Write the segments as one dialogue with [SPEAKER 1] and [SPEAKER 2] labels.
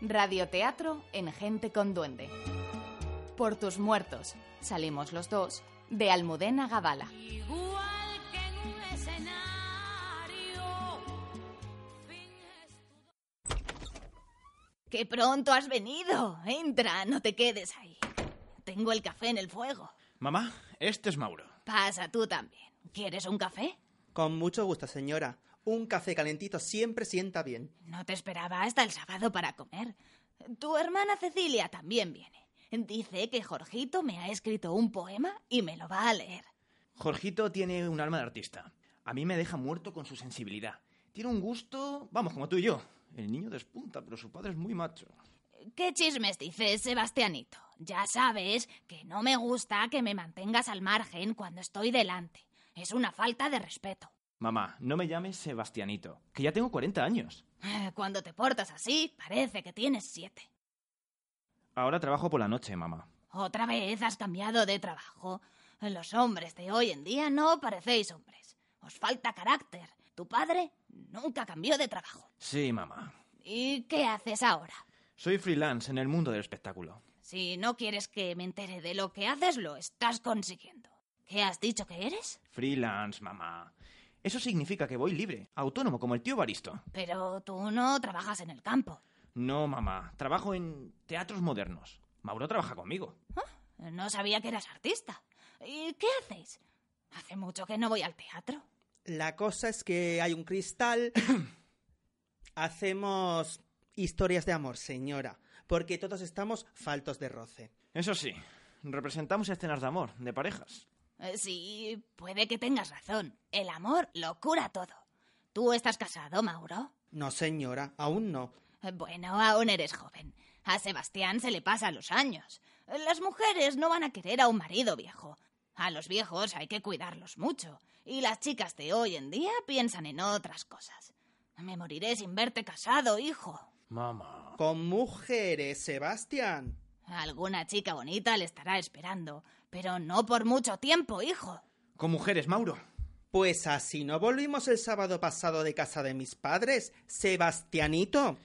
[SPEAKER 1] Radioteatro en Gente con Duende. Por tus muertos, salimos los dos, de Almudena Gabala.
[SPEAKER 2] Igual que en un escenario. finges
[SPEAKER 3] ¡Qué pronto has venido! Entra, no te quedes ahí. Tengo el café en el fuego.
[SPEAKER 4] Mamá, este es Mauro.
[SPEAKER 3] Pasa tú también. ¿Quieres un café?
[SPEAKER 5] Con mucho gusto, señora. Un café calentito siempre sienta bien.
[SPEAKER 3] No te esperaba hasta el sábado para comer. Tu hermana Cecilia también viene. Dice que Jorgito me ha escrito un poema y me lo va a leer.
[SPEAKER 4] Jorgito tiene un alma de artista. A mí me deja muerto con su sensibilidad. Tiene un gusto, vamos, como tú y yo. El niño despunta, pero su padre es muy macho.
[SPEAKER 3] ¿Qué chismes dices, Sebastianito? Ya sabes que no me gusta que me mantengas al margen cuando estoy delante. Es una falta de respeto.
[SPEAKER 4] Mamá, no me llames Sebastianito, que ya tengo 40 años.
[SPEAKER 3] Eh, Cuando te portas así, parece que tienes siete.
[SPEAKER 4] Ahora trabajo por la noche, mamá.
[SPEAKER 3] Otra vez has cambiado de trabajo. Los hombres de hoy en día no parecéis hombres. Os falta carácter. Tu padre nunca cambió de trabajo.
[SPEAKER 4] Sí, mamá.
[SPEAKER 3] ¿Y qué haces ahora?
[SPEAKER 4] Soy freelance en el mundo del espectáculo.
[SPEAKER 3] Si no quieres que me entere de lo que haces, lo estás consiguiendo. ¿Qué has dicho que eres?
[SPEAKER 4] Freelance, mamá. Eso significa que voy libre, autónomo como el tío Baristo.
[SPEAKER 3] Pero tú no trabajas en el campo.
[SPEAKER 4] No, mamá. Trabajo en teatros modernos. Mauro trabaja conmigo.
[SPEAKER 3] No sabía que eras artista. ¿Y qué hacéis? Hace mucho que no voy al teatro.
[SPEAKER 5] La cosa es que hay un cristal. Hacemos historias de amor, señora. Porque todos estamos faltos de roce.
[SPEAKER 4] Eso sí, representamos escenas de amor, de parejas.
[SPEAKER 3] Eh, Sí, puede que tengas razón. El amor lo cura todo. ¿Tú estás casado, Mauro?
[SPEAKER 5] No, señora, aún no.
[SPEAKER 3] Eh, Bueno, aún eres joven. A Sebastián se le pasan los años. Las mujeres no van a querer a un marido viejo. A los viejos hay que cuidarlos mucho. Y las chicas de hoy en día piensan en otras cosas. Me moriré sin verte casado, hijo.
[SPEAKER 4] Mamá.
[SPEAKER 5] Con mujeres, Sebastián.
[SPEAKER 3] Alguna chica bonita le estará esperando, pero no por mucho tiempo, hijo.
[SPEAKER 4] Con mujeres, Mauro.
[SPEAKER 5] Pues así no volvimos el sábado pasado de casa de mis padres, Sebastianito.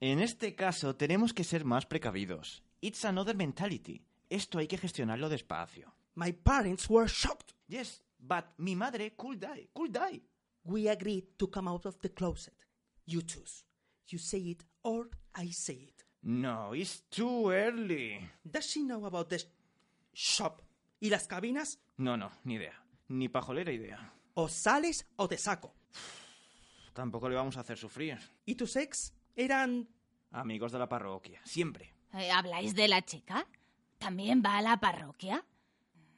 [SPEAKER 4] En este caso tenemos que ser más precavidos. It's another mentality. Esto hay que gestionarlo despacio.
[SPEAKER 5] My parents were shocked.
[SPEAKER 4] Yes, but mi madre could die, could die.
[SPEAKER 5] We agreed to come out of the closet. You choose. You say it or I say it.
[SPEAKER 4] No, it's too early.
[SPEAKER 5] Does she know about the sh- shop? ¿Y las cabinas?
[SPEAKER 4] No, no, ni idea. Ni pajolera idea.
[SPEAKER 5] O sales o te saco.
[SPEAKER 4] Tampoco le vamos a hacer sufrir.
[SPEAKER 5] ¿Y tus ex eran
[SPEAKER 4] Amigos de la parroquia, siempre.
[SPEAKER 3] Eh, ¿Habláis de la chica? ¿También va a la parroquia?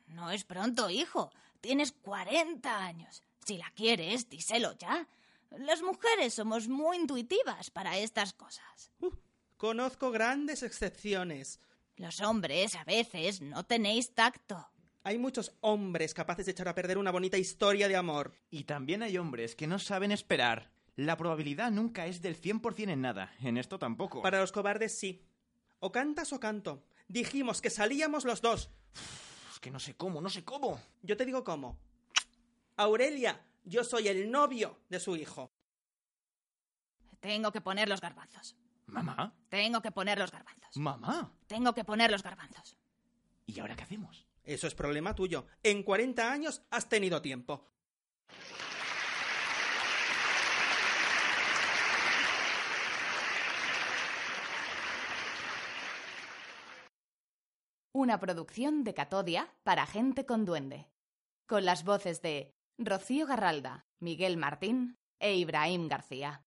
[SPEAKER 3] No es pronto, hijo. Tienes 40 años. Si la quieres, díselo ya. Las mujeres somos muy intuitivas para estas cosas.
[SPEAKER 5] Uh, conozco grandes excepciones.
[SPEAKER 3] Los hombres a veces no tenéis tacto.
[SPEAKER 5] Hay muchos hombres capaces de echar a perder una bonita historia de amor.
[SPEAKER 4] Y también hay hombres que no saben esperar. La probabilidad nunca es del 100% en nada. En esto tampoco.
[SPEAKER 5] Para los cobardes sí. O cantas o canto. Dijimos que salíamos los dos.
[SPEAKER 4] Es que no sé cómo, no sé cómo.
[SPEAKER 5] Yo te digo cómo. Aurelia, yo soy el novio de su hijo.
[SPEAKER 3] Tengo que poner los garbanzos.
[SPEAKER 4] ¿Mamá?
[SPEAKER 3] Tengo que poner los garbanzos.
[SPEAKER 4] ¿Mamá?
[SPEAKER 3] Tengo que poner los garbanzos.
[SPEAKER 4] ¿Y ahora qué hacemos?
[SPEAKER 5] Eso es problema tuyo. En 40 años has tenido tiempo.
[SPEAKER 1] Una producción de Catodia para gente con duende. Con las voces de Rocío Garralda, Miguel Martín e Ibrahim García.